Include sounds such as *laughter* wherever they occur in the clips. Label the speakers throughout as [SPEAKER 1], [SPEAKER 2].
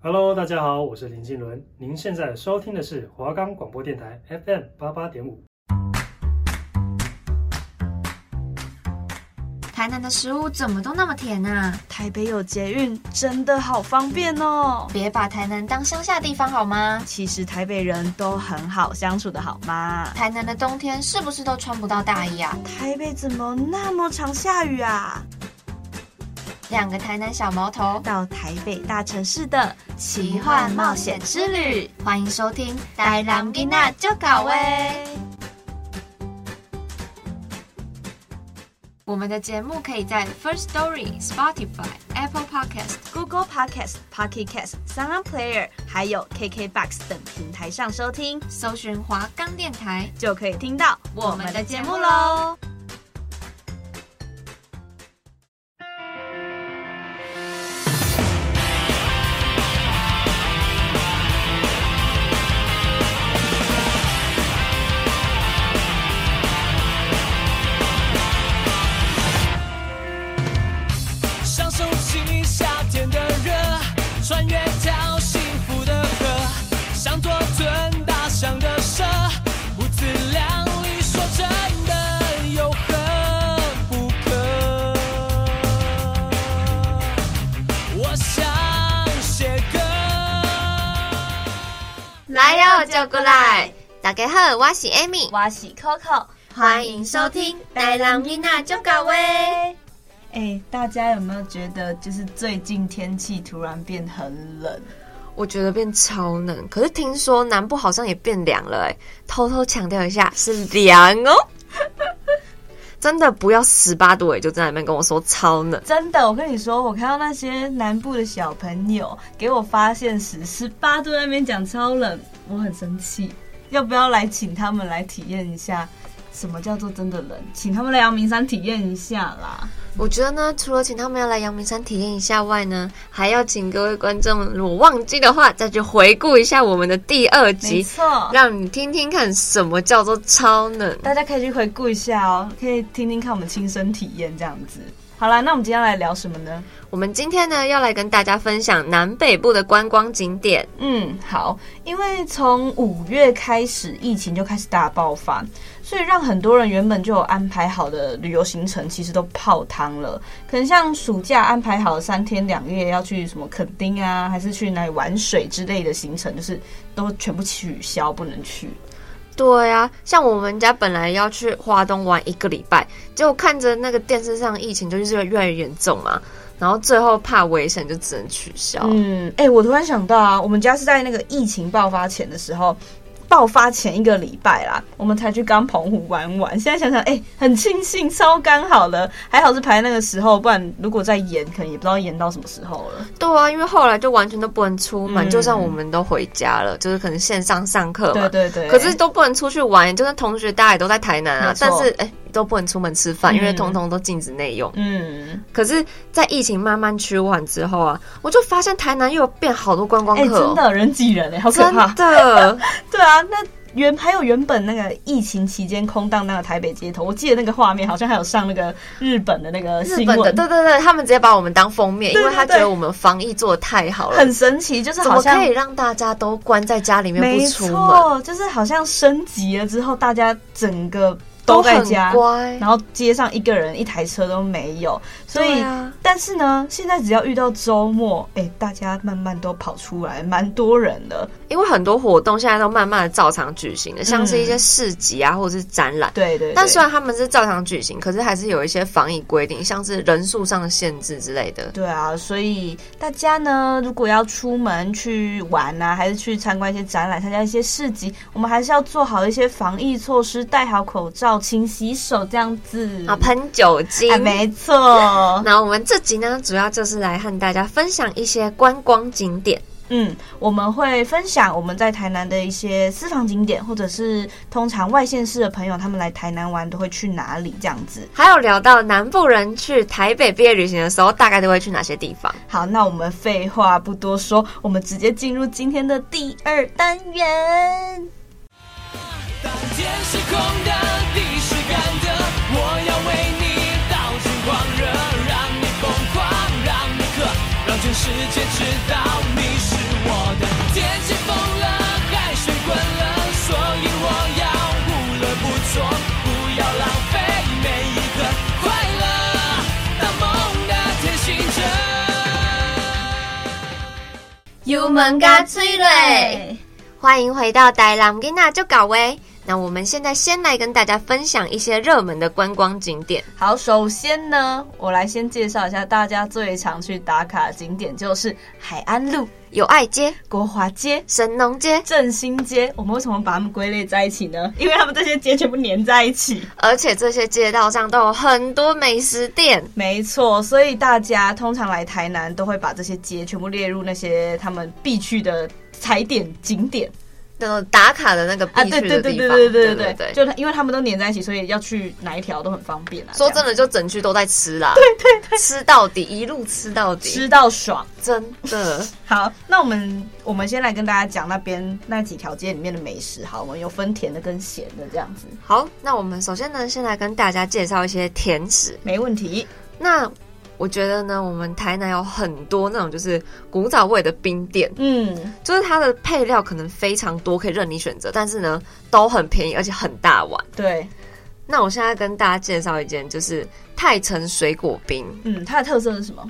[SPEAKER 1] Hello，大家好，我是林静伦。您现在收听的是华冈广播电台 FM 八八点五。
[SPEAKER 2] 台南的食物怎么都那么甜啊？
[SPEAKER 3] 台北有捷运，真的好方便哦。
[SPEAKER 2] 别把台南当乡下地方好吗？
[SPEAKER 3] 其实台北人都很好相处的，好吗？
[SPEAKER 2] 台南的冬天是不是都穿不到大衣啊？
[SPEAKER 3] 台北怎么那么常下雨啊？
[SPEAKER 2] 两个台南小毛头
[SPEAKER 3] 到台北大城市的
[SPEAKER 2] 奇幻冒险之旅，欢迎收听《台南囡仔就搞喂》。我们的节目可以在 First Story、Spotify、Apple Podcast、
[SPEAKER 3] Google Podcast、Pocket Cast、Sound On Player 还有 KKBox 等平台上收听，
[SPEAKER 2] 搜寻华冈电台。
[SPEAKER 3] 就可以听到我们的节目喽。
[SPEAKER 4] 享受起夏天的热，穿越条幸福的河，像做尊大象的蛇，不自量力。说真的，有何不可？我想写歌。
[SPEAKER 2] 来哟、就过来！大家好，我是 Amy，
[SPEAKER 3] 我是 Coco，
[SPEAKER 2] 欢迎收听《台南囡仔就搞喂》。
[SPEAKER 3] 哎，大家有没有觉得，就是最近天气突然变很冷？
[SPEAKER 2] 我觉得变超冷，可是听说南部好像也变凉了、哎，偷偷强调一下是凉哦。 *laughs* 真的不要十八度哎，就在那边跟我说超冷，
[SPEAKER 3] 真的，我跟你说，我看到那些南部的小朋友给我发现时，十八度那边讲超冷，我很生气。要不要来请他们来体验一下什么叫做真的冷？请他们来阳明山体验一下啦！
[SPEAKER 2] 我觉得呢，除了请他们要来阳明山体验一下外呢，还要请各位观众，如果忘记的话，再去回顾一下我们的第二
[SPEAKER 3] 没
[SPEAKER 2] 集，
[SPEAKER 3] 错，
[SPEAKER 2] 让你听听看什么叫做超冷。
[SPEAKER 3] 大家可以去回顾一下哦，可以听听看我们亲身体验这样子。好啦，那我们今天要来聊什么呢？
[SPEAKER 2] 我们今天呢，要来跟大家分享南北部的观光景点。
[SPEAKER 3] 嗯，好，因为从五月开始，疫情就开始大爆发，所以让很多人原本就有安排好的旅游行程，其实都泡汤了。可能像暑假安排好三天两夜要去什么垦丁啊，还是去哪里玩水之类的行程，就是都全部取消，不能去。
[SPEAKER 2] 对啊，像我们家本来要去花东玩一个礼拜，结果看着那个电视上疫情就是越来越严重嘛，然后最后怕危险就只能取消。
[SPEAKER 3] 嗯，哎、我突然想到啊，我们家是在那个疫情爆发前的时候，爆发前一个礼拜啦，我们才去刚澎湖玩玩。现在想想，哎、很庆幸，超刚好了，还好是排那个时候，不然如果再延，可能也不知道延到什么时候了。
[SPEAKER 2] 对啊，因为后来就完全都不能出门，
[SPEAKER 3] 嗯
[SPEAKER 2] 就算我们都回家了，就是可能线上上课嘛，
[SPEAKER 3] 对对对，
[SPEAKER 2] 可是都不能出去玩，就算同学大家也都在台南啊
[SPEAKER 3] 没，错
[SPEAKER 2] 但是哎都不能出门吃饭，因为
[SPEAKER 3] 嗯
[SPEAKER 2] 通通都禁止内用。
[SPEAKER 3] 嗯，
[SPEAKER 2] 可是，在疫情慢慢趋缓之后啊，我就发现台南又有变好多观光
[SPEAKER 3] 哎、
[SPEAKER 2] 客、
[SPEAKER 3] 真
[SPEAKER 2] 哦，
[SPEAKER 3] 的人挤人哎、好可
[SPEAKER 2] 真
[SPEAKER 3] 怕。
[SPEAKER 2] 的。
[SPEAKER 3] 对啊，那。原还有原本那个疫情期间空荡荡的台北街头，我记得那个画面好像还有上那个日本的那个
[SPEAKER 2] 日
[SPEAKER 3] 新
[SPEAKER 2] 本的，
[SPEAKER 3] 闻，
[SPEAKER 2] 对对对，他们直接把我们当封面，
[SPEAKER 3] 对对
[SPEAKER 2] 因为他觉
[SPEAKER 3] 对
[SPEAKER 2] 得我们防疫做的太好了，
[SPEAKER 3] 很神奇，就是
[SPEAKER 2] 怎
[SPEAKER 3] 好
[SPEAKER 2] 么
[SPEAKER 3] 像
[SPEAKER 2] 可以让大家都关在家里面
[SPEAKER 3] 没
[SPEAKER 2] 不出门？
[SPEAKER 3] 错，就是好像升级了之后，大家整个
[SPEAKER 2] 都
[SPEAKER 3] 在
[SPEAKER 2] 很
[SPEAKER 3] 家，
[SPEAKER 2] 乖
[SPEAKER 3] 然，后街上一个人一台车都没有，所以。
[SPEAKER 2] 对啊
[SPEAKER 3] 但是呢，现在只要遇到周末，哎、大家慢慢都跑出来，蛮多人的。
[SPEAKER 2] 因为很多活动现在都慢慢的照常举行了，像是一些市集啊，或者是展览。
[SPEAKER 3] 对嗯对对。
[SPEAKER 2] 但虽然他们是照常举行，可是还是有一些防疫规定，像是人数上的限制之类的。
[SPEAKER 3] 对啊，所以大家呢，如果要出门去玩啊，还是去参观一些展览、参加一些市集，我们还是要做好一些防疫措施，戴好口罩、勤洗手这样子。
[SPEAKER 2] 啊，喷酒精
[SPEAKER 3] 啊，。嗯没
[SPEAKER 2] *laughs*
[SPEAKER 3] 错。
[SPEAKER 2] 那我们这集呢，主要就是来和大家分享一些观光景点。
[SPEAKER 3] 嗯，我们会分享我们在台南的一些私房景点，或者是通常外县市的朋友他们来台南玩都会去哪里这样子。
[SPEAKER 2] 还有聊到南部人去台北毕业旅行的时候，大概都会去哪些地方？
[SPEAKER 3] 好，那我们废话不多说，我们直接进入今天的第二单元。
[SPEAKER 4] 当天是空的，地是干的，我要为你倒尽狂热，让你疯狂，让你渴，让全世界知道你是我
[SPEAKER 2] 油门加催泪。欢迎回到呆浪吉娜就搞喂。那我们现在先来跟大家分享一些热门的观光景点。
[SPEAKER 3] 好，首先呢，我来先介绍一下大家最常去打卡的景点，就是海安路、
[SPEAKER 2] 友爱街、
[SPEAKER 3] 国华街、
[SPEAKER 2] 神农街，
[SPEAKER 3] 振兴街。我们为什么把它们归类在一起呢？因为它们这些街全部连在一起。
[SPEAKER 2] 而且这些街道上都有很多美食店。
[SPEAKER 3] 没错，所以大家通常来台南都会把这些街全部列入那些他们必去的踩点景点
[SPEAKER 2] 那种打卡的那个必
[SPEAKER 3] 啊，对
[SPEAKER 2] 去
[SPEAKER 3] 对
[SPEAKER 2] 的
[SPEAKER 3] 对
[SPEAKER 2] 地
[SPEAKER 3] 对
[SPEAKER 2] 方，
[SPEAKER 3] 对对
[SPEAKER 2] 对
[SPEAKER 3] 对对，就因为他们都粘在一起，所以要去哪一条都很方便啊。
[SPEAKER 2] 说真
[SPEAKER 3] 这样
[SPEAKER 2] 的，就整区都在吃啦，对对对，吃到底，一路吃到底，
[SPEAKER 3] 吃到爽。
[SPEAKER 2] 真的
[SPEAKER 3] 好，那我们我们先来跟大家讲那边那几条街里面的美食。好，我们有分甜的跟咸的这样子，
[SPEAKER 2] 好。那我们首先呢，先来跟大家介绍一些甜食。
[SPEAKER 3] 没问题。
[SPEAKER 2] 那我觉得呢，我们台南有很多那种就是古早味的冰店，
[SPEAKER 3] 嗯，
[SPEAKER 2] 就是它的配料可能非常多，可以任你选择，但是呢都很便宜，而且很大碗。
[SPEAKER 3] 对，
[SPEAKER 2] 那我现在跟大家介绍一间，就是泰城水果冰。
[SPEAKER 3] 嗯，它的特色是什么？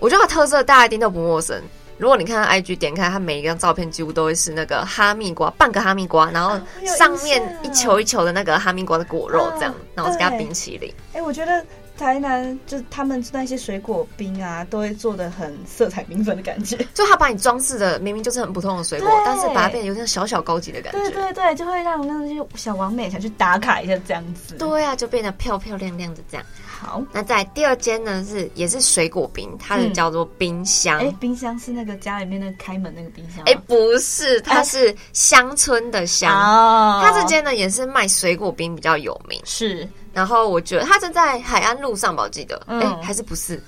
[SPEAKER 2] 我觉得它特色大家一定都不陌生。如果你
[SPEAKER 3] 嗯
[SPEAKER 2] 看它 IG 点开，它每一张照片几乎都会是那个哈密瓜，半个哈密瓜，然后
[SPEAKER 3] 啊我有印
[SPEAKER 2] 上面
[SPEAKER 3] 象
[SPEAKER 2] 一球一球的那个哈密瓜的果肉这样
[SPEAKER 3] 啊，
[SPEAKER 2] 然后再加
[SPEAKER 3] 对
[SPEAKER 2] 冰淇淋。
[SPEAKER 3] 哎、我觉得台南就是他们那些水果冰啊，都会做的很色彩缤纷的感觉。
[SPEAKER 2] 就它把你装饰的明明就是很普通的水果
[SPEAKER 3] 对，
[SPEAKER 2] 但是把它变得有点小小高级的感
[SPEAKER 3] 对
[SPEAKER 2] 觉。
[SPEAKER 3] 对对，就会让那些小王美想去打卡一下这样子。，
[SPEAKER 2] 对啊，就变得漂漂亮亮的这样。
[SPEAKER 3] 好，
[SPEAKER 2] 那在第二间呢是也是水果冰，它的
[SPEAKER 3] 嗯
[SPEAKER 2] 叫做冰箱
[SPEAKER 3] 哎、。冰箱是那个家里面那个开门那个冰箱吗，
[SPEAKER 2] 哎、不是，它是乡村的乡。
[SPEAKER 3] 哦，
[SPEAKER 2] 它这间呢也是卖水果冰比较有名，
[SPEAKER 3] 是
[SPEAKER 2] 然后我觉得它是在海岸路上吧，我记得，哎、
[SPEAKER 3] 嗯
[SPEAKER 2] 还是不是？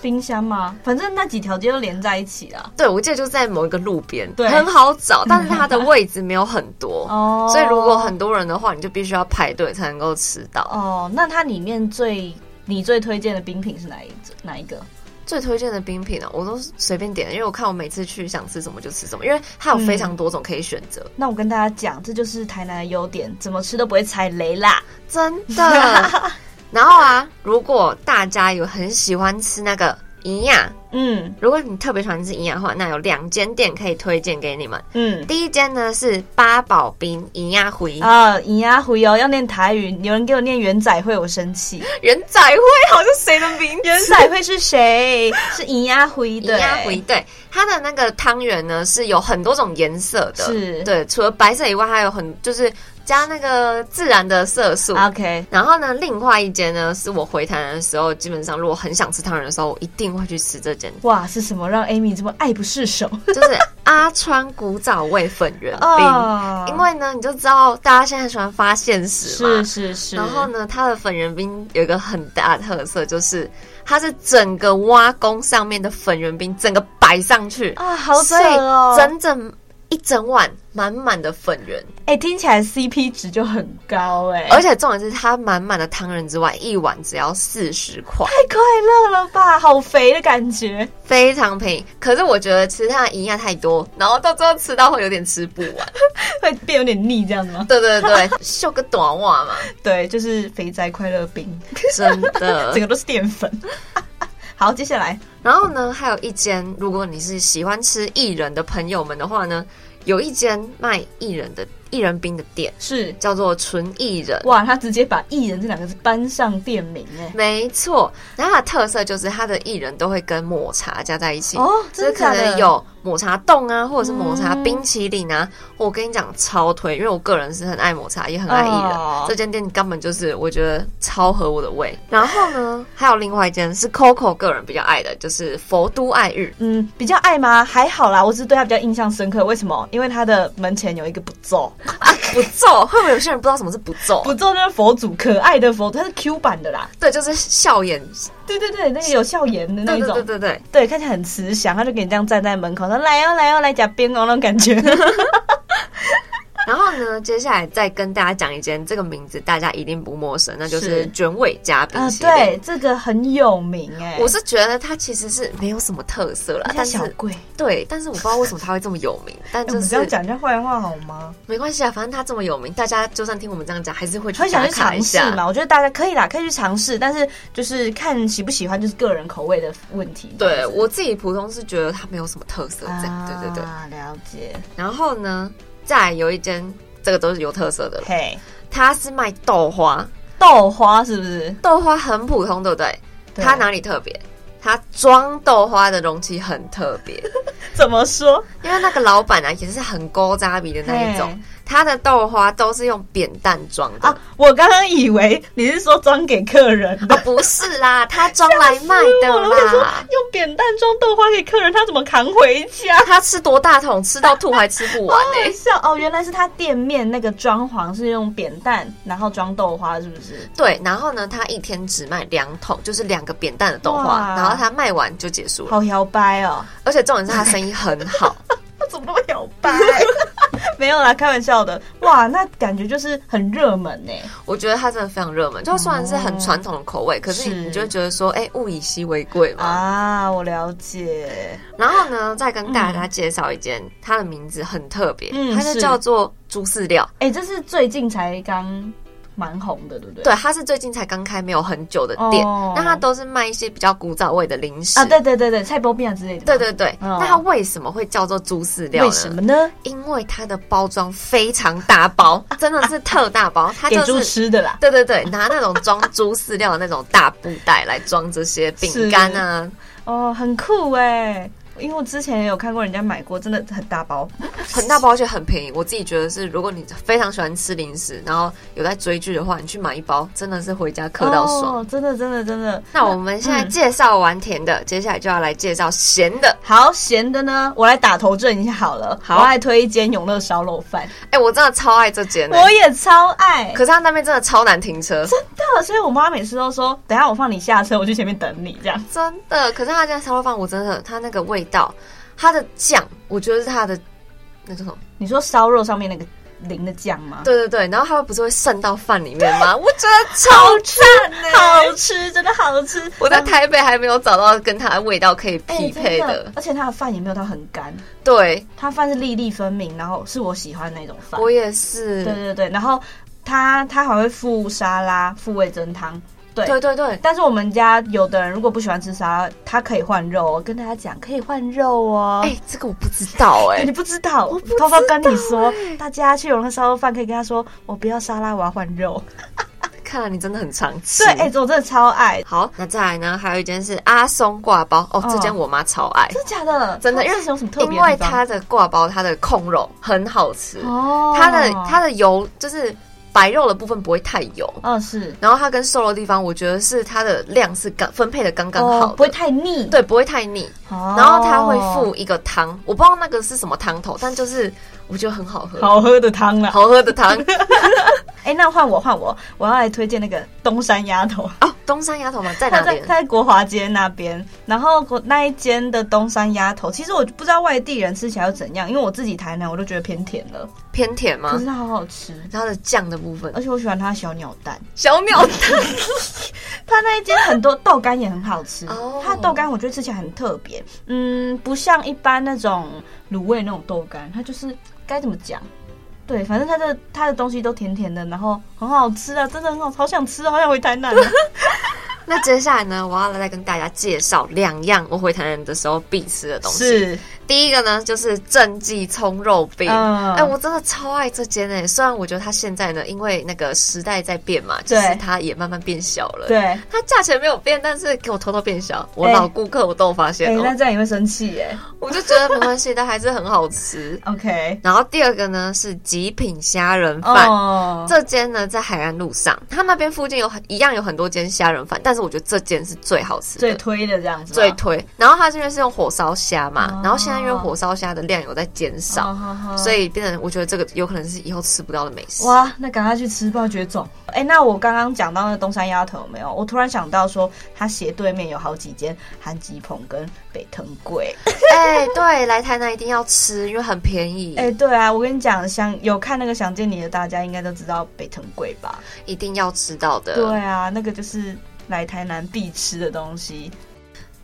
[SPEAKER 3] 冰箱吗？反正那几条街都连在一起啦。
[SPEAKER 2] 对，我记得就在某一个路边，
[SPEAKER 3] 对
[SPEAKER 2] 很好找，但是它
[SPEAKER 3] *laughs*
[SPEAKER 2] 的位置没有很多，
[SPEAKER 3] 哦
[SPEAKER 2] 所以如果很多人的话，你就必须要排队才能够吃到。
[SPEAKER 3] 哦，那它里面最你最推荐的冰品是哪一哪一个？
[SPEAKER 2] 最推荐的冰品呢、我都是随便点的，因为我看我每次去想吃什么就吃什么，因为它有非常多种可以选择，
[SPEAKER 3] 那我跟大家讲，这就是台南的优点，怎么吃都不会踩雷啦。
[SPEAKER 2] 真
[SPEAKER 3] *laughs*
[SPEAKER 2] 的。然后啊，如果大家有很喜欢吃那个营养，
[SPEAKER 3] 嗯
[SPEAKER 2] 如果你特别喜欢吃营养的话，那有两间店可以推荐给你们。
[SPEAKER 3] 嗯。
[SPEAKER 2] 第一间呢是八宝冰银鸭回
[SPEAKER 3] 啊，尹牙虎瑶要念台语，有人给我念元仔会，我生气。
[SPEAKER 2] 元仔会，好像谁的名字？
[SPEAKER 3] 元仔会是谁？是尹牙虎
[SPEAKER 2] 银
[SPEAKER 3] 的。
[SPEAKER 2] 鸭回对，它的那个汤圆呢是有很多种颜色的，
[SPEAKER 3] 是
[SPEAKER 2] 对，除了白色以外，还有很就是加那个自然的色
[SPEAKER 3] 啊
[SPEAKER 2] 素。
[SPEAKER 3] OK，
[SPEAKER 2] 然后呢，另外一间呢，是我回台南的时候，基本上如果很想吃汤圆的时候，我一定会去吃这间，
[SPEAKER 3] 哇，是什么让 Amy 这么爱不释手？
[SPEAKER 2] 就是阿川古早味粉圆冰。
[SPEAKER 3] *laughs* 哦
[SPEAKER 2] 因为呢，你就知道大家现在很喜欢发现实嘛，
[SPEAKER 3] 是是是，
[SPEAKER 2] 然后呢，它的粉圆冰有一个很大的特色，就是它是整个挖工上面的粉圆冰整个摆上去，
[SPEAKER 3] 啊，好扯
[SPEAKER 2] 所
[SPEAKER 3] 哦
[SPEAKER 2] 以，整整一整碗满满的粉圆，
[SPEAKER 3] 哎、听起来 CP 值就很高哎、
[SPEAKER 2] 而且重点是它满满的汤圆之外，一碗只要四十块，
[SPEAKER 3] 太快乐了吧，好肥的感觉。 *laughs*
[SPEAKER 2] 非常便宜。可是我觉得吃它的营养太多，然后到最后吃到会有点吃不完。
[SPEAKER 3] 会变有点腻这样子吗？
[SPEAKER 2] *laughs* 对对对， *laughs* 秀个短袜嘛，
[SPEAKER 3] 对，就是肥宅快乐冰，
[SPEAKER 2] 真
[SPEAKER 3] 整
[SPEAKER 2] *laughs* 的。
[SPEAKER 3] 个都是淀粉。 *laughs* 好，接下来
[SPEAKER 2] 然后呢，还有一间，如果你是喜欢吃薏仁的朋友们的话呢，有一间卖薏仁的薏仁冰的店，
[SPEAKER 3] 是
[SPEAKER 2] 叫做纯薏仁。
[SPEAKER 3] 哇，他直接把“艺人”这两个字搬上店名哎、
[SPEAKER 2] 没错，然后它的特色就是它的薏仁都会跟抹茶加在一起，
[SPEAKER 3] 哦，
[SPEAKER 2] 就是
[SPEAKER 3] 真的
[SPEAKER 2] 可
[SPEAKER 3] 假的
[SPEAKER 2] 能有抹茶冻啊，或者是抹茶
[SPEAKER 3] 嗯
[SPEAKER 2] 冰淇淋啊。我跟你讲，超推，因为我个人是很爱抹茶，也很爱薏仁。
[SPEAKER 3] 哦
[SPEAKER 2] 这间店根本就是我觉得超合我的胃。然后呢，还有另外一间是 Coco 个人比较爱的，就是佛都爱玉。
[SPEAKER 3] 嗯比较爱吗？还好啦，我只是对他比较印象深刻。为什么？因为他的门前有一个不
[SPEAKER 2] *laughs*
[SPEAKER 3] 皱，
[SPEAKER 2] 不皱，会不会有些人不知道什么是不皱？
[SPEAKER 3] 不皱就是佛祖，可爱的佛祖，他是 Q 版的啦。
[SPEAKER 2] 对，就是笑眼，
[SPEAKER 3] 对对对，那个有笑颜的那
[SPEAKER 2] 对
[SPEAKER 3] 一
[SPEAKER 2] 对
[SPEAKER 3] 种
[SPEAKER 2] 对。对对。
[SPEAKER 3] 对，看起来很慈祥，
[SPEAKER 2] *laughs*
[SPEAKER 3] 他就给你这样站在门口说：“来哦，来哦，来夹边哦，那种感觉。
[SPEAKER 2] 然后那呢，接下来再跟大家讲一间，这个名字大家一定不陌生，那就是
[SPEAKER 3] 是
[SPEAKER 2] 卷尾加冰
[SPEAKER 3] 啊、
[SPEAKER 2] 淇淋。
[SPEAKER 3] 对，这个很有名哎、
[SPEAKER 2] 我是觉得它其实是没有什么特色啦，
[SPEAKER 3] 它
[SPEAKER 2] 但
[SPEAKER 3] 小
[SPEAKER 2] 是
[SPEAKER 3] 贵。
[SPEAKER 2] 对，但是我不知道为什么它会这么有
[SPEAKER 3] *laughs*
[SPEAKER 2] 名，但
[SPEAKER 3] 哎
[SPEAKER 2] 就
[SPEAKER 3] 我们
[SPEAKER 2] 是
[SPEAKER 3] 这样讲人家坏话好吗？
[SPEAKER 2] 没关系啊，反正它这么有名，大家就算听我们这样讲，还是会去
[SPEAKER 3] 会想
[SPEAKER 2] 打
[SPEAKER 3] 去
[SPEAKER 2] 卡一
[SPEAKER 3] 尝试
[SPEAKER 2] 下。
[SPEAKER 3] 嘛？我觉得大家可以啦，可以去尝试，但是就是看喜不喜欢，就是个人口味的问题。这
[SPEAKER 2] 对
[SPEAKER 3] 样子
[SPEAKER 2] 我自己普通是觉得它没有什么特色，这样、对对对。
[SPEAKER 3] 啊，了解。
[SPEAKER 2] 然后呢，再来有一间，这个都是有特色的了，
[SPEAKER 3] 嘿，
[SPEAKER 2] 它是卖豆花，
[SPEAKER 3] 豆花是不是？
[SPEAKER 2] 豆花很普通，对不对？
[SPEAKER 3] 对
[SPEAKER 2] 它哪里特别？它装豆花的容器很特别，
[SPEAKER 3] 怎么说？
[SPEAKER 2] 因为那个老板啊也是很勾扎鼻的那一种
[SPEAKER 3] 嘿，
[SPEAKER 2] 他的豆花都是用扁担装的
[SPEAKER 3] 啊，我刚刚以为你是说装给客人的
[SPEAKER 2] 啊，，不是
[SPEAKER 3] *laughs*
[SPEAKER 2] 啦，他装来卖
[SPEAKER 3] 我
[SPEAKER 2] 的
[SPEAKER 3] 了我想说
[SPEAKER 2] 啦。
[SPEAKER 3] 用扁担装豆花给客人，他怎么扛回家？
[SPEAKER 2] 他吃多大桶，吃到吐还吃不完欸呢、
[SPEAKER 3] 好笑哦！原来是他店面那个装潢是用扁担，然后装豆花，是不是？
[SPEAKER 2] 对，然后呢，他一天只卖两桶，就是两个扁担的豆花，
[SPEAKER 3] 哇
[SPEAKER 2] 然后他卖完就结束了。
[SPEAKER 3] 好摇摆哦！
[SPEAKER 2] 而且重点是他生意很
[SPEAKER 3] *laughs*
[SPEAKER 2] 好，
[SPEAKER 3] 他怎么那么摇摆？ *laughs* 没有啦，开玩笑的。哇，那感觉就是很热门呢、
[SPEAKER 2] 我觉得他真的非常热门。就虽然是很传统的口味，可是你
[SPEAKER 3] 哦是
[SPEAKER 2] 就会觉得说，哎、物以稀为贵嘛。
[SPEAKER 3] 啊，我了解。
[SPEAKER 2] 然后呢，再跟大家介绍一间，它的名字很特别，
[SPEAKER 3] 嗯
[SPEAKER 2] 它就是叫做猪饲料。
[SPEAKER 3] 哎、这是最近才刚蛮红的，对不对？
[SPEAKER 2] 对，它是最近才刚开没有很久的店，
[SPEAKER 3] 哦
[SPEAKER 2] 那它都是卖一些比较古早味的零食。
[SPEAKER 3] 啊，对对对对，菜包面啊之类的。
[SPEAKER 2] 对对对，
[SPEAKER 3] 哦
[SPEAKER 2] 那它为什么会叫做猪饲料呢？
[SPEAKER 3] 为什么？呢？
[SPEAKER 2] 因为它的包装非常大包，
[SPEAKER 3] *laughs*
[SPEAKER 2] 真的是特大包，它
[SPEAKER 3] 给
[SPEAKER 2] 就
[SPEAKER 3] 猪
[SPEAKER 2] 是。
[SPEAKER 3] 吃的啦。
[SPEAKER 2] 对对对，拿那种装猪饲料的那种大布袋来装这些饼干啊，
[SPEAKER 3] 哦，很酷哎、因为我之前也有看过人家买过，真的很大包。
[SPEAKER 2] 很大包而且很便宜。我自己觉得是，如果你非常喜欢吃零食，然后有在追剧的话，你去买一包，真的是回家嗑到爽。
[SPEAKER 3] 哦，真的真的真的。
[SPEAKER 2] 那我们现在
[SPEAKER 3] 嗯
[SPEAKER 2] 介绍完甜的，接下来就要来介绍咸的。
[SPEAKER 3] 好咸的呢，我来打头阵一下好了。
[SPEAKER 2] 好
[SPEAKER 3] 我爱推一间永乐烧肉饭，
[SPEAKER 2] 哎、我真的超爱这间、欸，
[SPEAKER 3] 我也超爱。
[SPEAKER 2] 可是他那边真的超难停车，
[SPEAKER 3] 真的，所以我妈每次都说，等一下我放你下车，我去前面等你这样。
[SPEAKER 2] 真的。可是他家烧肉饭，我真的，他那个味道，他的酱，我觉得是他的那叫什么？
[SPEAKER 3] 你说烧肉上面那个淋的酱吗？，
[SPEAKER 2] 对对对，然后他不是会渗到饭里面吗？我觉得超赞呢、
[SPEAKER 3] 欸好吃，真的好吃。
[SPEAKER 2] 我在台北还没有找到跟它的味道可以匹配
[SPEAKER 3] 哎真
[SPEAKER 2] 的。
[SPEAKER 3] 而且它的饭也没有到很干，
[SPEAKER 2] 对，
[SPEAKER 3] 它饭是粒粒分明，然后是我喜欢那种饭。
[SPEAKER 2] 我也是。
[SPEAKER 3] 对对对，然后它它还会附沙拉、附味增汤。对，
[SPEAKER 2] 对对对，
[SPEAKER 3] 但是我们家有的人如果不喜欢吃沙拉，他可以换肉哦。跟大家讲，可以换肉哦。
[SPEAKER 2] 哎、这个我不知道哎、
[SPEAKER 3] 你不知道，我
[SPEAKER 2] 不知道哎
[SPEAKER 3] 偷偷跟你说，大家去永乐烧肉饭可以跟他说，我不要沙拉，我要换肉。
[SPEAKER 2] 看来你真的很常吃。
[SPEAKER 3] 对，哎、我真的超爱，
[SPEAKER 2] 好，那再来呢？还有一间是阿松挂包哦，
[SPEAKER 3] 嗯
[SPEAKER 2] 这间我妈超爱，
[SPEAKER 3] 真的假的？
[SPEAKER 2] 真的，因
[SPEAKER 3] 它
[SPEAKER 2] 为
[SPEAKER 3] 是有什么特
[SPEAKER 2] 因
[SPEAKER 3] 别的
[SPEAKER 2] 为
[SPEAKER 3] 地方？
[SPEAKER 2] 它的挂包，它的控肉很好吃，
[SPEAKER 3] 哦，
[SPEAKER 2] 它的它的油就是白肉的部分不会太油，
[SPEAKER 3] 嗯是
[SPEAKER 2] 然后它跟瘦肉的地方，我觉得是它的量是刚分配的刚刚好
[SPEAKER 3] 哦
[SPEAKER 2] 的，
[SPEAKER 3] 不会太腻。，
[SPEAKER 2] 对，不会太腻。
[SPEAKER 3] 哦、
[SPEAKER 2] 然后它会附一个汤，我不知道那个是什么汤头，但就是我觉得很好喝，
[SPEAKER 3] 好喝的汤啦。
[SPEAKER 2] 好喝的
[SPEAKER 3] *laughs*
[SPEAKER 2] 汤
[SPEAKER 3] 哎、那换我换我，我要来推荐那个东山鸭头。
[SPEAKER 2] 哦。东山鸭头嘛，在哪
[SPEAKER 3] 它 *laughs* 在
[SPEAKER 2] 边？
[SPEAKER 3] 在国华街那边，然后国那一间的东山鸭头，其实我不知道外地人吃起来又怎样，因为我自己台南我都觉得偏甜了，
[SPEAKER 2] 偏甜
[SPEAKER 3] 可
[SPEAKER 2] 吗
[SPEAKER 3] 是？它好好吃，
[SPEAKER 2] 它的酱的部分
[SPEAKER 3] 而，且我喜欢它的小鸟蛋，
[SPEAKER 2] 小鸟
[SPEAKER 3] *laughs*
[SPEAKER 2] 蛋
[SPEAKER 3] 它那一间
[SPEAKER 2] *laughs*
[SPEAKER 3] 很多豆干也很好吃
[SPEAKER 2] 哦，
[SPEAKER 3] 它豆干我觉得吃起来很特别，嗯，不像一般那种卤味那种豆干，它就是该怎么讲？对，反正它的它的东西都甜甜的，然后很好吃啊，真的很好，好想吃啊，好想回台南啊。
[SPEAKER 2] 那接下来呢，我要来跟大家介绍两样我回台南的时候必吃 *laughs* 的东西。第一个呢，就是正记葱肉饼。
[SPEAKER 3] 嗯
[SPEAKER 2] 哎、我真的超爱这间诶、虽然我觉得它现在呢，因为那个时代在变嘛，就
[SPEAKER 3] 对
[SPEAKER 2] 是它也慢慢变小了。，
[SPEAKER 3] 对，哎、
[SPEAKER 2] 它价钱没有变，但是给我偷偷变小。我
[SPEAKER 3] 哎
[SPEAKER 2] 老顾客我都有发现哦、
[SPEAKER 3] 那这样你会生气耶、
[SPEAKER 2] *laughs* 我就觉得没关系，但还是很好吃。
[SPEAKER 3] OK，
[SPEAKER 2] 然后第二个呢是极品虾仁饭。
[SPEAKER 3] 哦，
[SPEAKER 2] 这间呢在海岸路上，它那边附近有很一样有很多间虾仁饭，但是我觉得这间是最好吃的，
[SPEAKER 3] 最推的这样子吗，
[SPEAKER 2] 最推。然后它这边是用火烧虾嘛，
[SPEAKER 3] 哦
[SPEAKER 2] 然后现在因为火烧虾的量有在减少，所以变成我觉得这个有可能是以后吃不到的美食。
[SPEAKER 3] 哇，那赶快去吃，不要绝种。哎、那我刚刚讲到那东山鸭头有没有？我突然想到说，它斜对面有好几间韩吉棚跟北藤贵。
[SPEAKER 2] *laughs* 哎、对，来台南一定要吃，因为很便宜，
[SPEAKER 3] 哎、对啊，我跟你讲，想有看那个《想见你》的大家应该都知道北藤贵吧？
[SPEAKER 2] 一定要吃到的。
[SPEAKER 3] 对啊，那个就是来台南必吃的东西。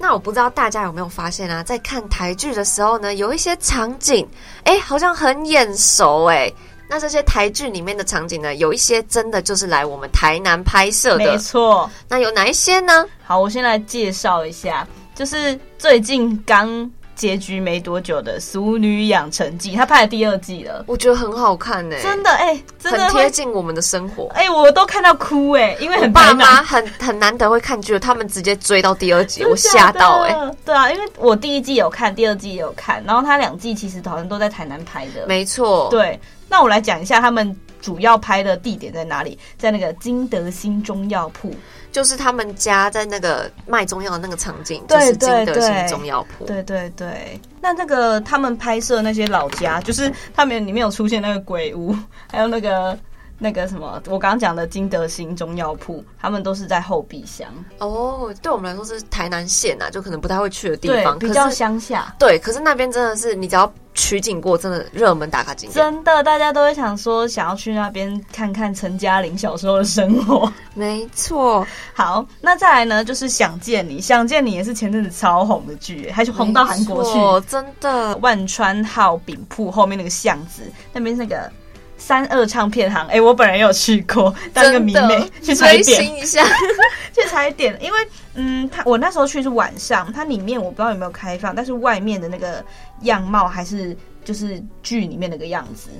[SPEAKER 2] 那我不知道大家有没有发现啊，在看台剧的时候呢，有一些场景，哎、好像很眼熟哎、那这些台剧里面的场景呢，有一些真的就是来我们台南拍摄
[SPEAKER 3] 没
[SPEAKER 2] 的。
[SPEAKER 3] 错。
[SPEAKER 2] 那有哪一些呢？
[SPEAKER 3] 好，我先来介绍一下，就是最近刚结局没多久的《俗女养成记》，它拍了第二季了，
[SPEAKER 2] 我觉得很好看哎、
[SPEAKER 3] 真的哎、真的
[SPEAKER 2] 很
[SPEAKER 3] 会
[SPEAKER 2] 贴近我们的生活。
[SPEAKER 3] 哎、我都看到哭哎、因为很
[SPEAKER 2] 爸
[SPEAKER 3] 白
[SPEAKER 2] 妈很很难得会看剧，他们直接追到第二集，我
[SPEAKER 3] 真的
[SPEAKER 2] 吓到哎、
[SPEAKER 3] 对啊，因为我第一季有看，第二季也有看，然后它两季其实好像都在台南拍的，
[SPEAKER 2] 没错，
[SPEAKER 3] 对，那我来讲一下他们主要拍的地点在哪里，在那个金德兴中药铺。
[SPEAKER 2] 就是他们家在那个卖中药的那个场景，就
[SPEAKER 3] 对
[SPEAKER 2] 是金德
[SPEAKER 3] 对
[SPEAKER 2] 兴
[SPEAKER 3] 对
[SPEAKER 2] 中药铺。
[SPEAKER 3] 对对对，那那个他们拍摄那些老家，就是他们里面有出现那个鬼屋，还有那个那个什么，我刚刚讲的金德兴中药铺，他们都是在后壁乡，
[SPEAKER 2] 哦，对我们来说是台南县啊，就可能不太会去的地
[SPEAKER 3] 对
[SPEAKER 2] 方，，
[SPEAKER 3] 比较
[SPEAKER 2] 可是
[SPEAKER 3] 乡下。
[SPEAKER 2] 对，可是那边真的是你只要取景过，真的热门打卡景点。
[SPEAKER 3] 真的，大家都会想说想要去那边看看陈嘉玲小时候的生活。 *laughs*
[SPEAKER 2] 没错，
[SPEAKER 3] 好，那再来呢，就是《想见你》，《想见你》也是前阵子超红的剧，还是红到韩国去。
[SPEAKER 2] 哦，真的
[SPEAKER 3] 万川号饼铺后面那个巷子，那边是那个三二唱片行。哎、我本人也有去过，当个迷
[SPEAKER 2] 真
[SPEAKER 3] 妹
[SPEAKER 2] *laughs* 的
[SPEAKER 3] 去踩
[SPEAKER 2] 追
[SPEAKER 3] 点，
[SPEAKER 2] 星一下。 *laughs*
[SPEAKER 3] 去踩点。因为嗯，它我那时候去是晚上，它里面我不知道有没有开放，但是外面的那个样貌还是就是剧里面那个样子。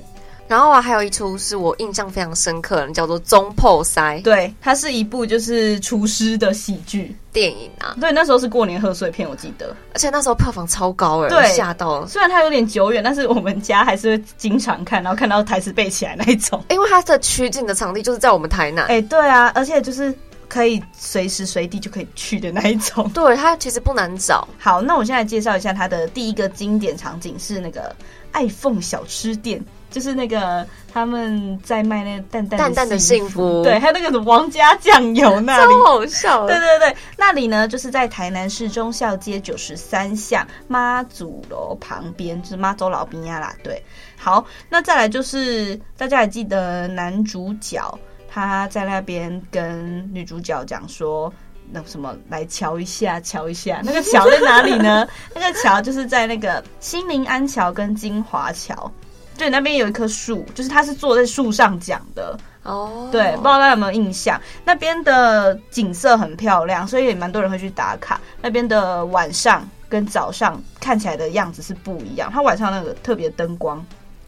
[SPEAKER 2] 然后啊，还有一出是我印象非常深刻的，叫做《中破塞》
[SPEAKER 3] 对，它是一部就是厨师的喜剧。
[SPEAKER 2] 电影啊，
[SPEAKER 3] 对，那时候是过年贺岁片，我记得。
[SPEAKER 2] 而且那时候票房超高哎、
[SPEAKER 3] 对
[SPEAKER 2] 我吓到了。
[SPEAKER 3] 虽然它有点久远，但是我们家还是会经常看，然后看到台词背起来那一种。
[SPEAKER 2] 因为它的取景的场地就是在我们台南，
[SPEAKER 3] 哎、对啊，而且就是可以随时随地就可以去的那一种。 *laughs*
[SPEAKER 2] 对它其实不难找，
[SPEAKER 3] 好，那我现在介绍一下它的第一个经典场景是那个爱凤小吃店，就是那个他们在卖那个淡淡
[SPEAKER 2] 淡淡的幸福，
[SPEAKER 3] 对，，还有那个王家酱油那里。
[SPEAKER 2] 超好笑
[SPEAKER 3] 对
[SPEAKER 2] 的。
[SPEAKER 3] 对对，那里呢就是在台南市忠孝街九十三巷妈祖楼旁边，就是妈祖老兵呀啦。对，好，那再来就是大家还记得男主角他在那边跟女主角讲说。那什么，来瞧一下，瞧一下，那个桥在哪里呢？那个桥就是在那个新林安桥跟金华桥，对，那边有一棵树，就是他是坐在树上讲的，
[SPEAKER 2] 哦，
[SPEAKER 3] 对，不知道大家有没有印象？那边的景色很漂亮，所以也蛮多人会去打卡。那边的晚上跟早上看起来的样子是不一样，它晚上那个特别灯光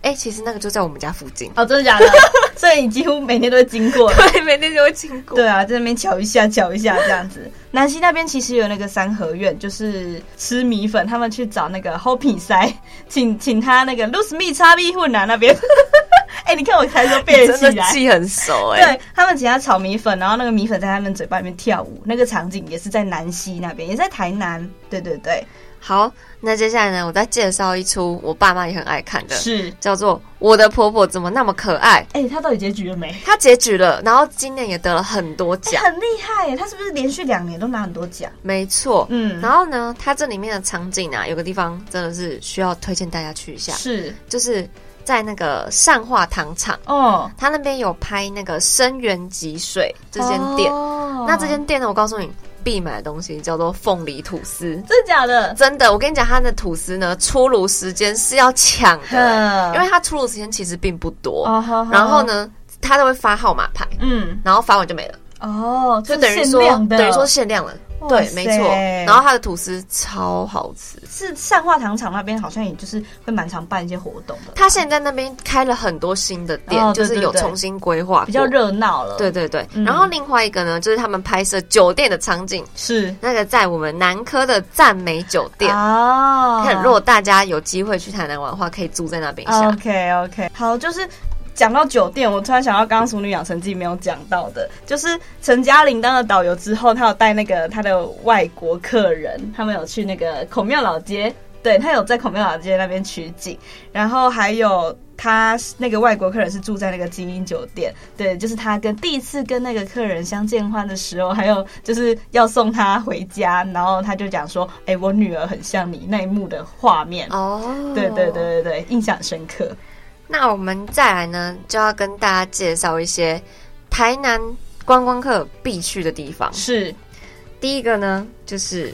[SPEAKER 2] 哎、其实那个就在我们家附近，
[SPEAKER 3] 哦，真的假的？ *laughs* 所以你几乎每天都会经过。
[SPEAKER 2] *laughs*
[SPEAKER 3] *laughs*
[SPEAKER 2] 对，每天就会经过。
[SPEAKER 3] 对啊，在那边瞧一下，瞧一下这样子。南溪那边其实有那个三合院，就是吃米粉，他们去找那个 Hoppy 塞，请请他那个 Lose Me 叉 B 混南那边。 *laughs* 哎、你看我才说背得
[SPEAKER 2] 真
[SPEAKER 3] 起
[SPEAKER 2] 的
[SPEAKER 3] 来，
[SPEAKER 2] 记很熟哎、
[SPEAKER 3] 对他们请他炒米粉，然后那个米粉在他们嘴巴里面跳舞，那个场景也是在南溪那边，也在台南。对对对，
[SPEAKER 2] 好，那接下来呢，我再介绍一出我爸妈也很爱看的，
[SPEAKER 3] 是。
[SPEAKER 2] 叫做《我的婆婆怎么那么可爱》，
[SPEAKER 3] 哎、他到底结局了没？
[SPEAKER 2] 它结局了，然后今年也得了很多
[SPEAKER 3] 哎
[SPEAKER 2] 奖，
[SPEAKER 3] 很厉害耶，他是不是连续两年都拿很多奖？
[SPEAKER 2] 没错。
[SPEAKER 3] 嗯，
[SPEAKER 2] 然后呢，它这里面的场景啊，有个地方真的是需要推荐大家去一下，
[SPEAKER 3] 是
[SPEAKER 2] 就是在那个善化糖厂，
[SPEAKER 3] 哦，
[SPEAKER 2] 它那边有拍那个生源集水这间店。
[SPEAKER 3] 哦
[SPEAKER 2] 那这间店呢，我告诉你，必买的东西叫做凤梨吐司。
[SPEAKER 3] 真的假的？
[SPEAKER 2] 真的，我跟你讲，它的吐司呢，出炉时间是要抢的，欸因为它出炉时间其实并不多。
[SPEAKER 3] 哦，好好
[SPEAKER 2] 然后？呢，它都会发号码牌，
[SPEAKER 3] 嗯，
[SPEAKER 2] 然后发完就没了，
[SPEAKER 3] 哦，
[SPEAKER 2] 就
[SPEAKER 3] 这
[SPEAKER 2] 等于
[SPEAKER 3] 是
[SPEAKER 2] 说
[SPEAKER 3] 限量的，
[SPEAKER 2] 等于说限量了。
[SPEAKER 3] 哇
[SPEAKER 2] 对，
[SPEAKER 3] 塞
[SPEAKER 2] 没错。然后它的吐司超好吃，
[SPEAKER 3] 是善化糖厂那边好像也就是会蛮常办一些活动的，
[SPEAKER 2] 它现在那边开了很多新的店，
[SPEAKER 3] 哦对
[SPEAKER 2] 就是有
[SPEAKER 3] 对对
[SPEAKER 2] 重新规划，
[SPEAKER 3] 比较。热闹了。
[SPEAKER 2] 对，对对，
[SPEAKER 3] 嗯
[SPEAKER 2] 然后另外一个呢，就是他们拍摄酒店的场景，
[SPEAKER 3] 是
[SPEAKER 2] 那个在我们南科的赞美酒店。
[SPEAKER 3] 哦，哦
[SPEAKER 2] 看，如果大家有机会去台南玩的话，可以住在那边一下。
[SPEAKER 3] OK OK，好，就是讲到酒店，我突然想到刚刚《熟女养成记》没有讲到的，就是陈嘉玲当了导游之后，她有带那个她的外国客人，他们有去那个孔庙老街。对他有在孔庙老街那边取景，然后还有他那个外国客人是住在那个精英酒店，对，就是他跟第一次跟那个客人相见欢的时候，还有就是要送他回家，然后他就讲说，哎、我女儿很像你那一幕的画面，
[SPEAKER 2] 哦，
[SPEAKER 3] 对对。对对对，印象深刻。
[SPEAKER 2] 那我们再来呢，就要跟大家介绍一些台南观光客必去的地方。
[SPEAKER 3] 是，
[SPEAKER 2] 第一个呢，就是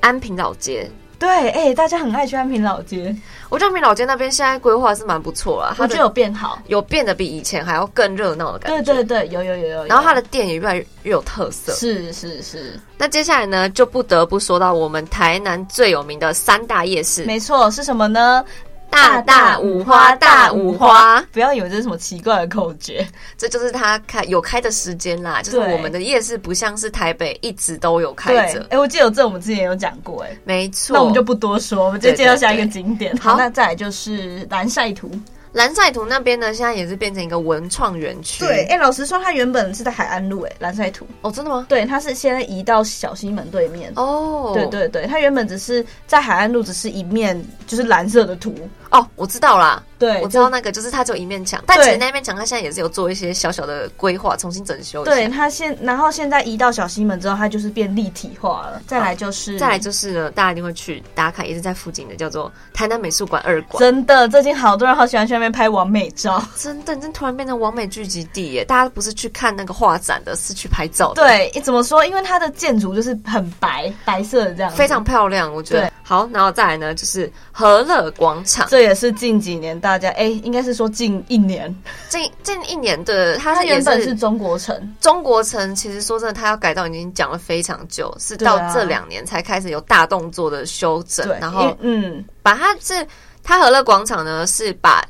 [SPEAKER 2] 安平老街。
[SPEAKER 3] 对，哎、大家很爱去安平老街，
[SPEAKER 2] 我觉得安平老街那边现在规划是蛮不错啦，
[SPEAKER 3] 我
[SPEAKER 2] 它
[SPEAKER 3] 觉
[SPEAKER 2] 的
[SPEAKER 3] 得有变好。
[SPEAKER 2] 有变得比以前还要更热闹的感
[SPEAKER 3] 对
[SPEAKER 2] 觉。
[SPEAKER 3] 对对，有有有有有。
[SPEAKER 2] 然后它的店也越来越有特色。
[SPEAKER 3] 是是是，
[SPEAKER 2] 那接下来呢，就不得不说到我们台南最有名的三大夜市：
[SPEAKER 3] 没错，是什么呢？
[SPEAKER 2] 大大五花、大五花。
[SPEAKER 3] 不要以为这是什么奇怪的口诀。
[SPEAKER 2] 这就是它开有开的时间啦。就是
[SPEAKER 3] 对
[SPEAKER 2] 我们的夜市不像是台北一直都有
[SPEAKER 3] 对，
[SPEAKER 2] 开
[SPEAKER 3] 哎、
[SPEAKER 2] 着，
[SPEAKER 3] 我记得有这我们之前有讲过、哎，
[SPEAKER 2] 没错。
[SPEAKER 3] 那我们就不多说，我们直接
[SPEAKER 2] 对
[SPEAKER 3] 介绍
[SPEAKER 2] 对
[SPEAKER 3] 下一个
[SPEAKER 2] 对
[SPEAKER 3] 景点。
[SPEAKER 2] 好
[SPEAKER 3] 那再来就是蓝晒图。
[SPEAKER 2] 蓝晒图那边呢，现在也是变成一个文创园区。
[SPEAKER 3] 对，哎、老实说，它原本是在海岸路、哎，蓝晒图。
[SPEAKER 2] 哦，真的吗？
[SPEAKER 3] 对，它是现在移到小西门对面。
[SPEAKER 2] 哦，
[SPEAKER 3] 对对对，它原本只是在海岸路，只是一面就是蓝色的图，
[SPEAKER 2] 哦，我知道啦，
[SPEAKER 3] 对，
[SPEAKER 2] 我知
[SPEAKER 3] 就
[SPEAKER 2] 道那个就是它只有一面墙，但
[SPEAKER 3] 对
[SPEAKER 2] 其实那面墙它现在也是有做一些小小的规划，重新整修一下。
[SPEAKER 3] 对，它现，然后现在移到小西门之后，它就是变立体化了。再来就是，
[SPEAKER 2] 再来就是呢，大家一定会去打卡，也是在附近的叫做台南美术馆二馆。
[SPEAKER 3] 真的，最近好多人好喜欢去那边拍完美照。
[SPEAKER 2] 真的，真突然变成完美聚集地耶！大家不是去看那个画展的，是去拍照的。
[SPEAKER 3] 对，怎么说？因为它的建筑就是很白，白色的这样子，
[SPEAKER 2] 非常漂亮，我觉得
[SPEAKER 3] 对。
[SPEAKER 2] 好，然后再来呢，就是和乐广场。
[SPEAKER 3] 这也是近几年大家哎、应该是说近一年，
[SPEAKER 2] 近近一年的，它
[SPEAKER 3] 它
[SPEAKER 2] 是也
[SPEAKER 3] 原本是
[SPEAKER 2] 是
[SPEAKER 3] 中国城，
[SPEAKER 2] 中国城。其实说真的，它要改造已经讲了非常久，是
[SPEAKER 3] 对啊
[SPEAKER 2] 到这两年才开始有大动作的修整
[SPEAKER 3] 对，，
[SPEAKER 2] 然
[SPEAKER 3] 因
[SPEAKER 2] 后
[SPEAKER 3] 为嗯，
[SPEAKER 2] 把它是它和乐广场呢是把。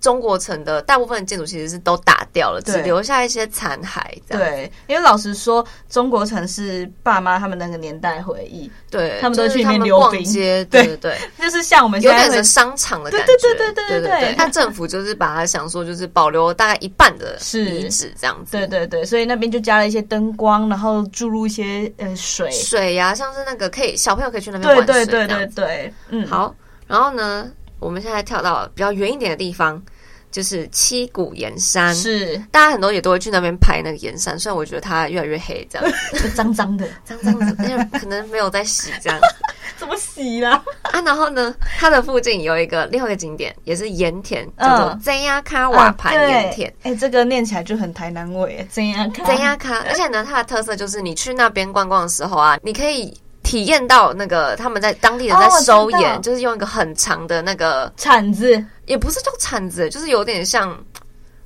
[SPEAKER 2] 中国城的大部分的建筑其实是都打掉了，只
[SPEAKER 3] 对
[SPEAKER 2] 留下一些残骸。这样
[SPEAKER 3] 对，因为老实说，中国城是爸妈他们那个年代回忆，
[SPEAKER 2] 对，
[SPEAKER 3] 他们都
[SPEAKER 2] 就是
[SPEAKER 3] 去里面
[SPEAKER 2] 他们
[SPEAKER 3] 溜
[SPEAKER 2] 逛
[SPEAKER 3] 冰
[SPEAKER 2] 街，
[SPEAKER 3] *laughs* 对
[SPEAKER 2] 对对对，
[SPEAKER 3] 就是像我们
[SPEAKER 2] 有
[SPEAKER 3] 现在
[SPEAKER 2] 点
[SPEAKER 3] 会
[SPEAKER 2] 是商场的感觉，
[SPEAKER 3] 对对对对对
[SPEAKER 2] 对
[SPEAKER 3] 对对
[SPEAKER 2] 那政府就是把它想说，就是保留大概一半的
[SPEAKER 3] 是
[SPEAKER 2] 遗址这样子。
[SPEAKER 3] 对对对，所以那边就加了一些灯光，然后注入一些呃水。
[SPEAKER 2] 水呀、像是那个可以小朋友可以去那边
[SPEAKER 3] 对
[SPEAKER 2] 玩
[SPEAKER 3] 对
[SPEAKER 2] 水
[SPEAKER 3] 对
[SPEAKER 2] 这样
[SPEAKER 3] 对
[SPEAKER 2] 子
[SPEAKER 3] 对，嗯，，
[SPEAKER 2] 好，然后呢，我们现在跳到比较远一点的地方，就是七股岩山。
[SPEAKER 3] 是
[SPEAKER 2] 大家很多也都会去那边拍那个岩山，虽然我觉得它越来越黑，这样
[SPEAKER 3] 就脏脏的，
[SPEAKER 2] 脏脏的，因为可能没有在洗这样
[SPEAKER 3] *laughs* 怎么洗啦？
[SPEAKER 2] 啊。然后呢，它的附近有一个另外一个景点，也是盐田，
[SPEAKER 3] 嗯
[SPEAKER 2] 叫做 JR 卡瓦盘
[SPEAKER 3] 啊对
[SPEAKER 2] 盐田。
[SPEAKER 3] 哎、这个念起来就很台南味，哎怎样看？
[SPEAKER 2] 怎样看？而且呢，它的特色就是你去那边观光的时候啊，你可以体验到那个他们在当地人在
[SPEAKER 3] 哦我知道
[SPEAKER 2] 收盐，就是用一个很长的那个，
[SPEAKER 3] 铲子，
[SPEAKER 2] 也不是叫铲子，就是有点像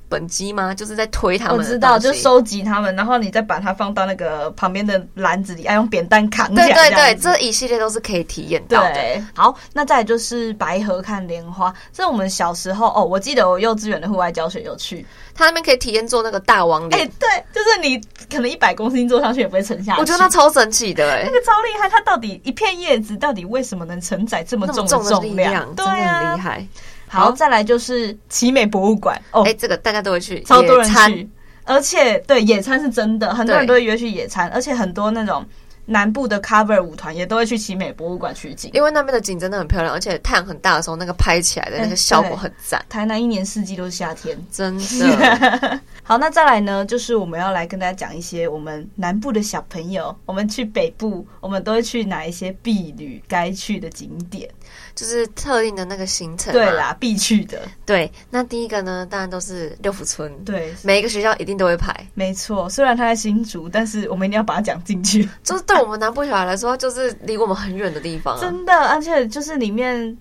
[SPEAKER 2] 本机吗？就是在推他们
[SPEAKER 3] 我
[SPEAKER 2] 的东西。
[SPEAKER 3] 知道，就收集它们，然后你再把它放到那个旁边的篮子里，要用扁担扛起来。
[SPEAKER 2] 对对对，
[SPEAKER 3] 啊样子
[SPEAKER 2] 这一系列都是可以体验到的。
[SPEAKER 3] 对，好，那再来就是白河看莲花，这我们小时候哦，我记得我幼稚园的户外教学有去，
[SPEAKER 2] 他那边可以体验做那个大王
[SPEAKER 3] 哎、
[SPEAKER 2] 脸，
[SPEAKER 3] 对，就是你可能一百公斤坐上去也不会沉下去。
[SPEAKER 2] 我觉得那超神奇的哎、
[SPEAKER 3] 这个超厉害，它到底一片叶子到底为什么能承载这么
[SPEAKER 2] 那
[SPEAKER 3] 重
[SPEAKER 2] 么重的力
[SPEAKER 3] 重量？
[SPEAKER 2] 量，真
[SPEAKER 3] 对
[SPEAKER 2] 的很厉
[SPEAKER 3] 啊，
[SPEAKER 2] 害。
[SPEAKER 3] 好，再来就是奇美博物馆哦，
[SPEAKER 2] 哎、这个大家都会去，
[SPEAKER 3] 超多
[SPEAKER 2] 野
[SPEAKER 3] 人
[SPEAKER 2] 餐
[SPEAKER 3] 去，而且对野餐是真的，很多人
[SPEAKER 2] 对
[SPEAKER 3] 都会约去野餐，而且很多那种南部的 cover 舞团也都会去奇美博物馆取景。
[SPEAKER 2] 因为那边的景真的很漂亮，而且太阳很大的时候，那个拍起来的那
[SPEAKER 3] 哎
[SPEAKER 2] 个效
[SPEAKER 3] 对
[SPEAKER 2] 果很赞，
[SPEAKER 3] 台南一年四季都是夏天。
[SPEAKER 2] 真
[SPEAKER 3] *laughs*
[SPEAKER 2] 的。
[SPEAKER 3] 好，那再来呢，就是我们要来跟大家讲一些我们南部的小朋友，我们去北部，我们都会去哪一些避旅该去的景点？
[SPEAKER 2] 就是特定的那个行程、
[SPEAKER 3] 对，啦，必去的，
[SPEAKER 2] 对。那第一个呢，当然都是六福村，
[SPEAKER 3] 对，
[SPEAKER 2] 每一个学校一定都会排。
[SPEAKER 3] 没错。虽然它在新竹，但是我们一定要把它讲进去。
[SPEAKER 2] 就是对我们南部小孩来说，就是离我们很远的地方啊。
[SPEAKER 3] 真的，而且就是里面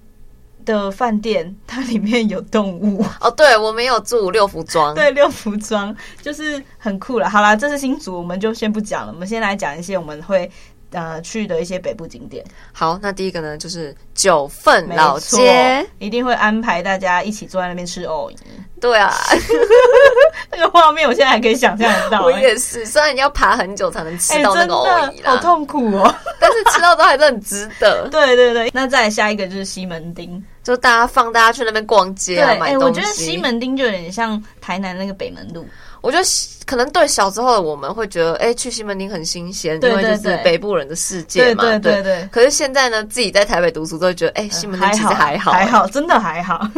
[SPEAKER 3] 的饭店，它里面有动物，
[SPEAKER 2] 哦，对，我们有住六福庄，
[SPEAKER 3] 对，六服装就是很酷了。好啦，这是新竹，我们就先不讲了，我们先来讲一些我们会。呃，去的一些北部景点，
[SPEAKER 2] 好，那第一个呢就是九份
[SPEAKER 3] 没
[SPEAKER 2] 老
[SPEAKER 3] 错
[SPEAKER 2] 街，
[SPEAKER 3] 一定会安排大家一起坐在那边吃藕泥。
[SPEAKER 2] 对啊，
[SPEAKER 3] 那个画面我现在还可以想象得到、
[SPEAKER 2] *laughs* 我
[SPEAKER 3] 哎
[SPEAKER 2] 也是。虽然你要爬很久才能吃
[SPEAKER 3] 哎
[SPEAKER 2] 到那
[SPEAKER 3] 真
[SPEAKER 2] 个藕泥
[SPEAKER 3] 的好
[SPEAKER 2] 啦，
[SPEAKER 3] 痛苦哦。 *laughs*
[SPEAKER 2] 但是吃到都还是很值得。
[SPEAKER 3] 对对对，那再来下一个就是西门町。
[SPEAKER 2] 就大家放大家去那边逛街
[SPEAKER 3] 对，
[SPEAKER 2] 啊，
[SPEAKER 3] 哎、
[SPEAKER 2] 买东西。
[SPEAKER 3] 我觉得西，门町就有点像台南那个北门路。
[SPEAKER 2] 我觉得可能对小时候的我们会觉得，哎、去西门町很新鲜，
[SPEAKER 3] 对
[SPEAKER 2] 因为
[SPEAKER 3] 对
[SPEAKER 2] 就是
[SPEAKER 3] 对
[SPEAKER 2] 北部人的世界
[SPEAKER 3] 对
[SPEAKER 2] 嘛。
[SPEAKER 3] 对对
[SPEAKER 2] 对
[SPEAKER 3] 对，嗯
[SPEAKER 2] 可是现在呢，自己在台北读书都会觉得，哎、西门町其实还好，
[SPEAKER 3] 还。好，真的还好。 *laughs*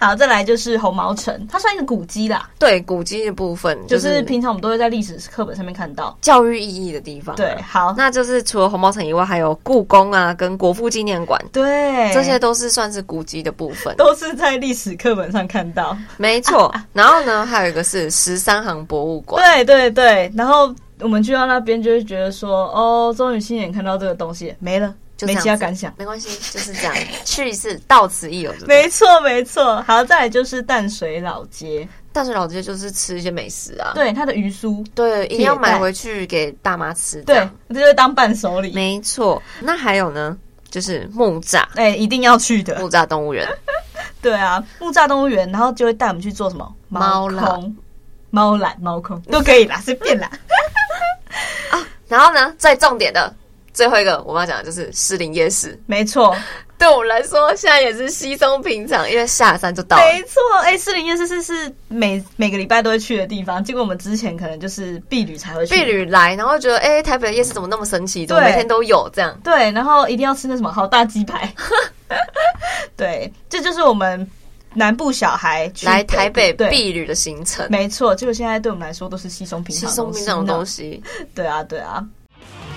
[SPEAKER 3] 好，再来就是红毛城，它算一个古迹啦，
[SPEAKER 2] 对古迹的部分，
[SPEAKER 3] 就
[SPEAKER 2] 就是是
[SPEAKER 3] 平常我们都会在历史课本上面看到。
[SPEAKER 2] 教育意义的地方。啊
[SPEAKER 3] 对，，好，
[SPEAKER 2] 那就是除了红毛城以外，还有故宫啊，跟国父纪念馆，
[SPEAKER 3] 对，
[SPEAKER 2] 这些都是算是古迹的部分。
[SPEAKER 3] 都是在历史课本上看到。
[SPEAKER 2] 没错。然后呢，还有一个是十三行博物馆。
[SPEAKER 3] 对对对，然后我们去到那边就会觉得说，哦，终于亲眼看到这个东西，没了，
[SPEAKER 2] 就这
[SPEAKER 3] 没
[SPEAKER 2] 样
[SPEAKER 3] 其他
[SPEAKER 2] 子
[SPEAKER 3] 感想。
[SPEAKER 2] 没关系，就是这样，去一次到此一游。对不对
[SPEAKER 3] 没错，没错。好，再来就是淡水老街，
[SPEAKER 2] 淡水老街就是吃一些美食啊，
[SPEAKER 3] 对它的鱼酥，
[SPEAKER 2] 对，一定要
[SPEAKER 3] 铁蛋
[SPEAKER 2] 买回去给大妈吃。这
[SPEAKER 3] 对
[SPEAKER 2] 样，
[SPEAKER 3] 这就是当伴手礼，
[SPEAKER 2] 没错。那还有呢，就是木栅
[SPEAKER 3] 哎、一定要去的。
[SPEAKER 2] 木栅动物园， *laughs*
[SPEAKER 3] 对啊，木栅动物园，然后就会带我们去做什么
[SPEAKER 2] 猫啦
[SPEAKER 3] 空、猫缆、猫空都可以
[SPEAKER 2] *laughs*
[SPEAKER 3] 啦，随便啦。
[SPEAKER 2] 然后呢，最重点的最后一个我们要讲的就是士林夜市。
[SPEAKER 3] 没错，
[SPEAKER 2] 对我们来说，现在也是稀松平常，因为下山就到了。
[SPEAKER 3] 没错。哎、士林夜市是是每每个礼拜都会去的地方，结果我们之前可能就是避旅才会去。
[SPEAKER 2] 避旅来，然后觉得哎、台北的夜市怎么那么神奇，怎么
[SPEAKER 3] 对
[SPEAKER 2] 每天都有这样？
[SPEAKER 3] 对，然后一定要吃那什么好大鸡排。 *laughs* 对，这就是我们南部小孩去
[SPEAKER 2] 来台北
[SPEAKER 3] 对
[SPEAKER 2] 避旅的行程，
[SPEAKER 3] 没错，结果现在对我们来说都是稀松平
[SPEAKER 2] 稀
[SPEAKER 3] 常、
[SPEAKER 2] 松平常的东
[SPEAKER 3] 西
[SPEAKER 2] 西。
[SPEAKER 3] 呢。对啊，对啊，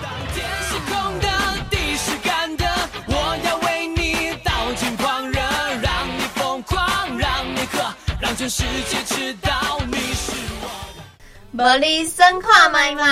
[SPEAKER 4] 当天是空的，地是干的，我要为你倒进狂热，让你疯狂，让你喝，让全世界知道你是我。
[SPEAKER 2] 玻璃生化麦嘛。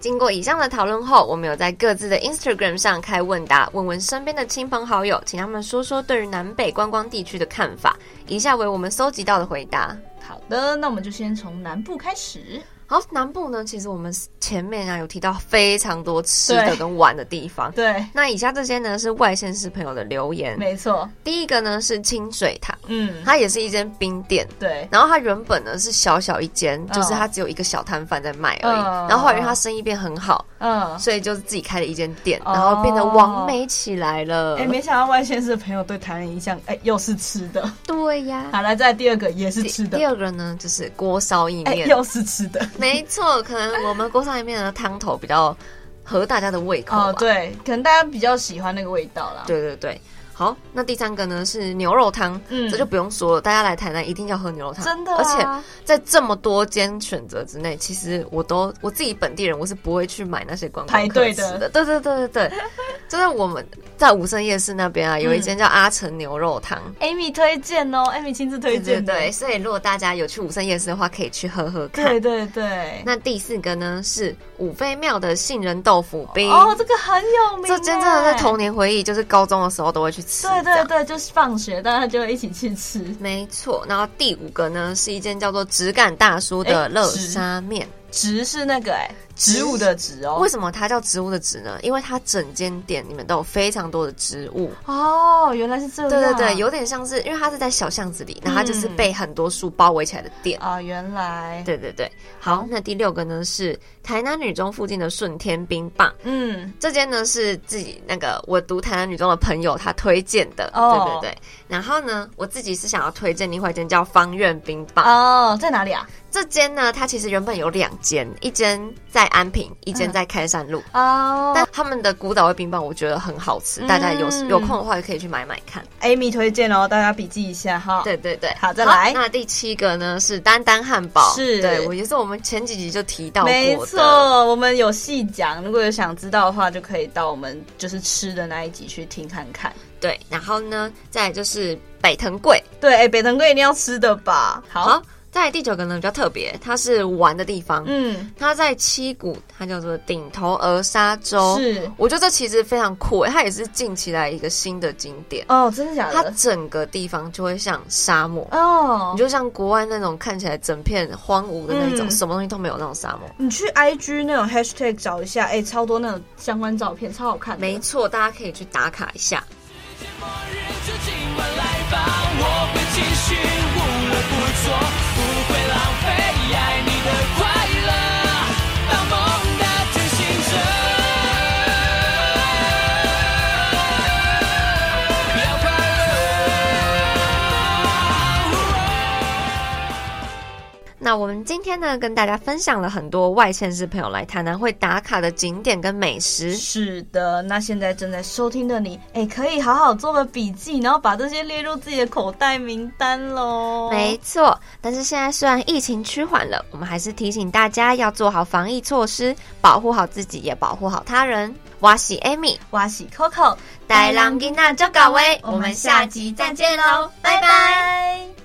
[SPEAKER 2] 经过以上的讨论后，我们有在各自的 Instagram 上开问答，问问身边的亲朋好友，请他们说说对于南北观光地区的看法。以下为我们搜集到的回答。
[SPEAKER 3] 好的，那我们就先从南部开始。
[SPEAKER 2] 好，南部呢，其实我们前面啊有提到非常多吃的
[SPEAKER 3] 对
[SPEAKER 2] 跟玩的地方。
[SPEAKER 3] 对，
[SPEAKER 2] 那以下这些呢是外县市朋友的留言。
[SPEAKER 3] 没错，
[SPEAKER 2] 第一个呢是清水堂，
[SPEAKER 3] 嗯，
[SPEAKER 2] 它也是一间冰店。
[SPEAKER 3] 对，
[SPEAKER 2] 然后它原本呢是小小一间，就是
[SPEAKER 3] 嗯
[SPEAKER 2] 它只有一个小摊贩在卖而已。
[SPEAKER 3] 嗯
[SPEAKER 2] 然后后来因为它生意变很好，
[SPEAKER 3] 嗯。
[SPEAKER 2] 所以就是自己开了一间店，
[SPEAKER 3] 哦
[SPEAKER 2] 然后变得完美起来了。
[SPEAKER 3] 哎、没想到外县市的朋友对台湾印象，哎、又是吃的。
[SPEAKER 2] 对呀。
[SPEAKER 3] 好，来，再来第二个也是
[SPEAKER 2] 第
[SPEAKER 3] 吃的
[SPEAKER 2] 第，二个呢就是锅烧意
[SPEAKER 3] 哎、
[SPEAKER 2] 面，
[SPEAKER 3] 又是吃的。
[SPEAKER 2] 没错，可能我们锅烧意面的汤头比较合大家的胃口吧。
[SPEAKER 3] 哦，对，啊可能大家比较喜欢那个味道啦。
[SPEAKER 2] 对对对。好，那第三个呢是牛肉汤，
[SPEAKER 3] 嗯
[SPEAKER 2] 这就不用说了，大家来台南一定要喝牛肉汤，
[SPEAKER 3] 真的啊
[SPEAKER 2] 而且在这么多间选择之内，其实我都我自己本地人我是不会去买那些观光
[SPEAKER 3] 排
[SPEAKER 2] 客
[SPEAKER 3] 队
[SPEAKER 2] 吃
[SPEAKER 3] 的
[SPEAKER 2] 的，对对对对对，就是我们在武圣夜市那边啊，有一间叫阿成牛肉汤。
[SPEAKER 3] Amy 推荐哦，Amy 亲自推
[SPEAKER 2] 对对
[SPEAKER 3] 荐的。
[SPEAKER 2] 对，所以如果大家有去武圣夜市的话，可以去喝喝看。
[SPEAKER 3] 对对对。
[SPEAKER 2] 那第四个呢是五妃庙的杏仁豆腐冰，
[SPEAKER 3] 哦，这个很有名。
[SPEAKER 2] 这间真的是童。年回忆，就是高中的时候都会去吃。
[SPEAKER 3] 对
[SPEAKER 2] 这样
[SPEAKER 3] 对对，就是放学大家就会一起去吃。
[SPEAKER 2] 没错，然后第五个呢是一间叫做“质感大叔”的乐沙面。
[SPEAKER 3] 植是那个哎、植物的植哦
[SPEAKER 2] 为。什么它叫植物的植呢？因为它整间店里面都有非常多的植物。
[SPEAKER 3] 哦，原来是这样。
[SPEAKER 2] 对对对，有点像是，因为它是在小巷子里，然后它
[SPEAKER 3] 嗯
[SPEAKER 2] 就是被很多树包围起来的店。
[SPEAKER 3] 啊、原来。，
[SPEAKER 2] 对对对，好，那第六个呢是台南女中附近的顺天冰棒，
[SPEAKER 3] 嗯，
[SPEAKER 2] 这间呢是自己那个我读台南女中的朋友他推荐的，
[SPEAKER 3] 哦
[SPEAKER 2] 对对对。然后呢，我自己是想要推荐另外一间叫方苑冰棒，
[SPEAKER 3] 哦，在哪里啊？
[SPEAKER 2] 这间呢，它其实原本有两间，一间在安平，一间在开山路。
[SPEAKER 3] 嗯哦，
[SPEAKER 2] 但他们的古岛味冰棒我觉得很好吃，
[SPEAKER 3] 嗯
[SPEAKER 2] 大家有有空的话也可以去买买看。
[SPEAKER 3] Amy 推荐哦，大家笔记一下哈。
[SPEAKER 2] 对对对，
[SPEAKER 3] 好再来
[SPEAKER 2] 那第七个呢是丹丹汉堡，
[SPEAKER 3] 是
[SPEAKER 2] 对我也是我们前几集就提到过的。
[SPEAKER 3] 没错，我们有细讲，如果有想知道的话，就可以到我们就是吃的那一集去听看看。
[SPEAKER 2] 对，然后呢，再来就是北藤贵。
[SPEAKER 3] 对，哎、北藤贵一定要吃的吧？好，
[SPEAKER 2] 好，再来第九个呢比较特别，它是玩的地方，
[SPEAKER 3] 嗯，
[SPEAKER 2] 它在七股，它叫做顶头鹅沙洲。
[SPEAKER 3] 是
[SPEAKER 2] 我觉得这其实非常酷，欸它也是近期来一个新的景点。
[SPEAKER 3] 哦，真的假
[SPEAKER 2] 它
[SPEAKER 3] 的？
[SPEAKER 2] 整个地方就会像沙漠，
[SPEAKER 3] 哦
[SPEAKER 2] 你，就像国外那种看起来整片荒芜的那种，
[SPEAKER 3] 嗯
[SPEAKER 2] 什么东西都没有那种沙漠。
[SPEAKER 3] 你去 IG 那种 hashtag 找一下，哎、超多那种相关照片，超好看的。
[SPEAKER 2] 没错，大家可以去打卡一下。
[SPEAKER 4] 世界末日就今晚来吧，我会继续无乐不
[SPEAKER 2] 那我们今天呢，跟大家分享了很多外县市朋友来台南会打卡的景点跟美食。
[SPEAKER 3] 是的，那现在正在收听的你，哎，可以好好做个笔记，然后把这些列入自己的口袋名单喽。
[SPEAKER 2] 没错，但是现在虽然疫情趋缓了，我们还是提醒大家要做好防疫措施，保护好自己，也保护好他人。我是 Amy，
[SPEAKER 3] 哇喜 Coco，
[SPEAKER 2] 带狼囡娜就搞威，我们下集再见喽，拜拜。
[SPEAKER 3] 拜